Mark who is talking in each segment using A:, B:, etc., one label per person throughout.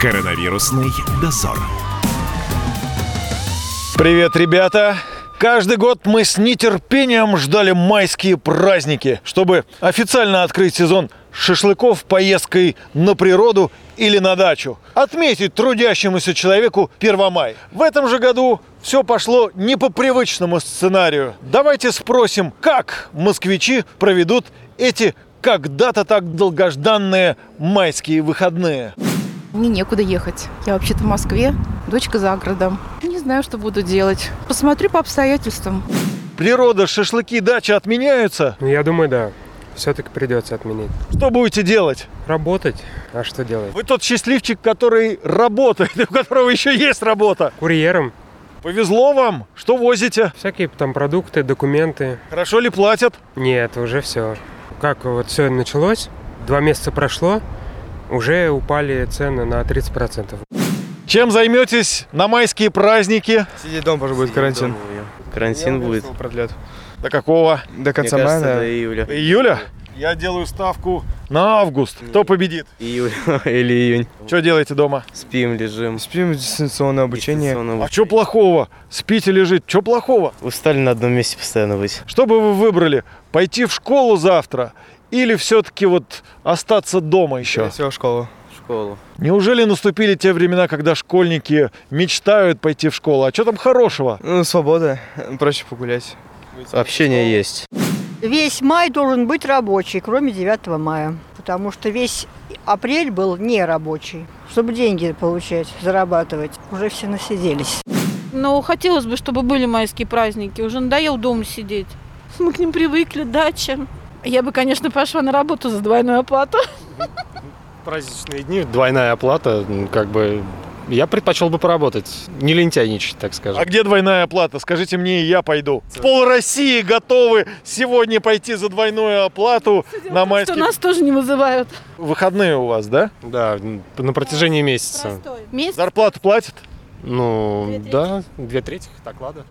A: Коронавирусный дозор.
B: Привет, ребята! Каждый год мы с нетерпением ждали майские праздники, чтобы официально открыть сезон шашлыков поездкой на природу или на дачу. Отметить трудящемуся человеку 1 май. В этом же году все пошло не по привычному сценарию. Давайте спросим, как москвичи проведут эти когда-то так долгожданные майские выходные.
C: Мне некуда ехать. Я вообще-то в Москве, дочка за городом. Не знаю, что буду делать. Посмотрю по обстоятельствам.
B: Природа, шашлыки, дача отменяются.
D: Ну, Я думаю, да. Все-таки придется отменить.
B: Что будете делать?
D: Работать? А что делать?
B: Вы тот счастливчик, который работает, и у которого еще есть работа.
D: Курьером.
B: Повезло вам, что возите?
D: Всякие там продукты, документы.
B: Хорошо ли платят?
D: Нет, уже все. Как вот все началось, два месяца прошло, уже упали цены на 30%.
B: Чем займетесь на майские праздники?
E: Сидеть дома, позже будет карантин.
F: Карантин будет
E: продлят.
B: До какого?
E: До
F: Мне
E: конца мая,
F: кажется, до
E: наверное.
F: июля.
B: Июля? Я делаю ставку на август. Кто победит?
F: Июль или июнь.
B: Что делаете дома?
F: Спим, лежим.
E: Спим дистанционное обучение.
F: Дистанционно.
B: А что плохого? Спите, лежит. Что плохого?
F: Устали на одном месте постоянно быть.
B: Что бы вы выбрали? Пойти в школу завтра или все-таки вот остаться дома еще?
E: Все, школу.
F: В школу.
B: Неужели наступили те времена, когда школьники мечтают пойти в школу? А что там хорошего?
E: Ну, свобода. Проще погулять.
F: Общение есть.
G: Весь май должен быть рабочий, кроме 9 мая. Потому что весь апрель был не рабочий. Чтобы деньги получать, зарабатывать, уже все насиделись.
H: Но хотелось бы, чтобы были майские праздники. Уже надоел дома сидеть. Мы к ним привыкли, дача. Я бы, конечно, пошла на работу за двойную оплату. а
I: Праздничные дни, двойная оплата, ну, как бы... Я предпочел бы поработать, не лентяйничать, так
B: А
I: скажем.
B: где двойная оплата? Скажите мне, и я пойду. В пол России готовы сегодня пойти за двойную оплату на
H: Что
B: майские
H: нас тоже не вызывают.
B: выходные у вас, да?
I: Да, м, на протяжении месяца.
H: Месяц.
B: Зарплату платят?
I: Ну, да, две трети, так ладно.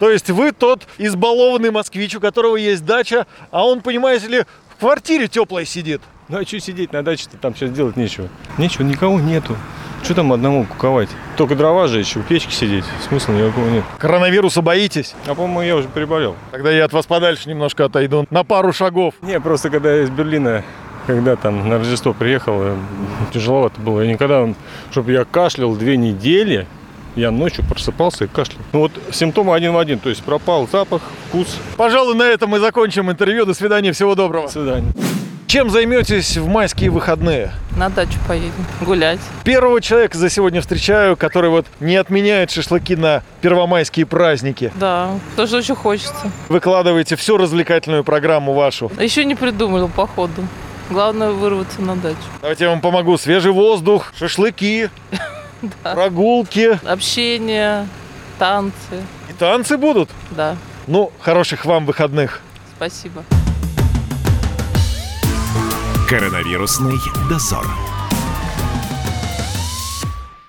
B: То есть вы тот избалованный москвич, у которого есть дача, а он, понимаете ли, в квартире теплой сидит.
J: Ну а что сидеть на даче-то, там сейчас делать нечего. Нечего, никого нету. Что там одному куковать? Только дрова же еще, у печки сидеть. Смысла никакого нет.
B: Коронавируса боитесь?
J: А по-моему, я уже переболел.
B: Тогда я от вас подальше немножко отойду, на пару шагов.
J: Не, просто когда я из Берлина, когда там на Рождество приехал, э, тяжеловато было. Я никогда, чтобы я кашлял две недели, я ночью просыпался и кашлял. Ну вот симптомы один в один, то есть пропал запах, вкус.
B: Пожалуй, на этом мы закончим интервью. До свидания, всего доброго.
J: До свидания.
B: Чем займетесь в майские выходные?
K: На дачу поедем гулять.
B: Первого человека за сегодня встречаю, который вот не отменяет шашлыки на первомайские праздники.
K: Да, тоже очень хочется.
B: Выкладываете всю развлекательную программу вашу.
K: Еще А не придумали походу. Главное вырваться на дачу.
B: Давайте я вам помогу. Свежий воздух, шашлыки, прогулки.
K: Общение, танцы.
B: И танцы будут.
K: Да,
B: Ну, хороших вам выходных.
K: спасибо.
A: Коронавирусный дозор.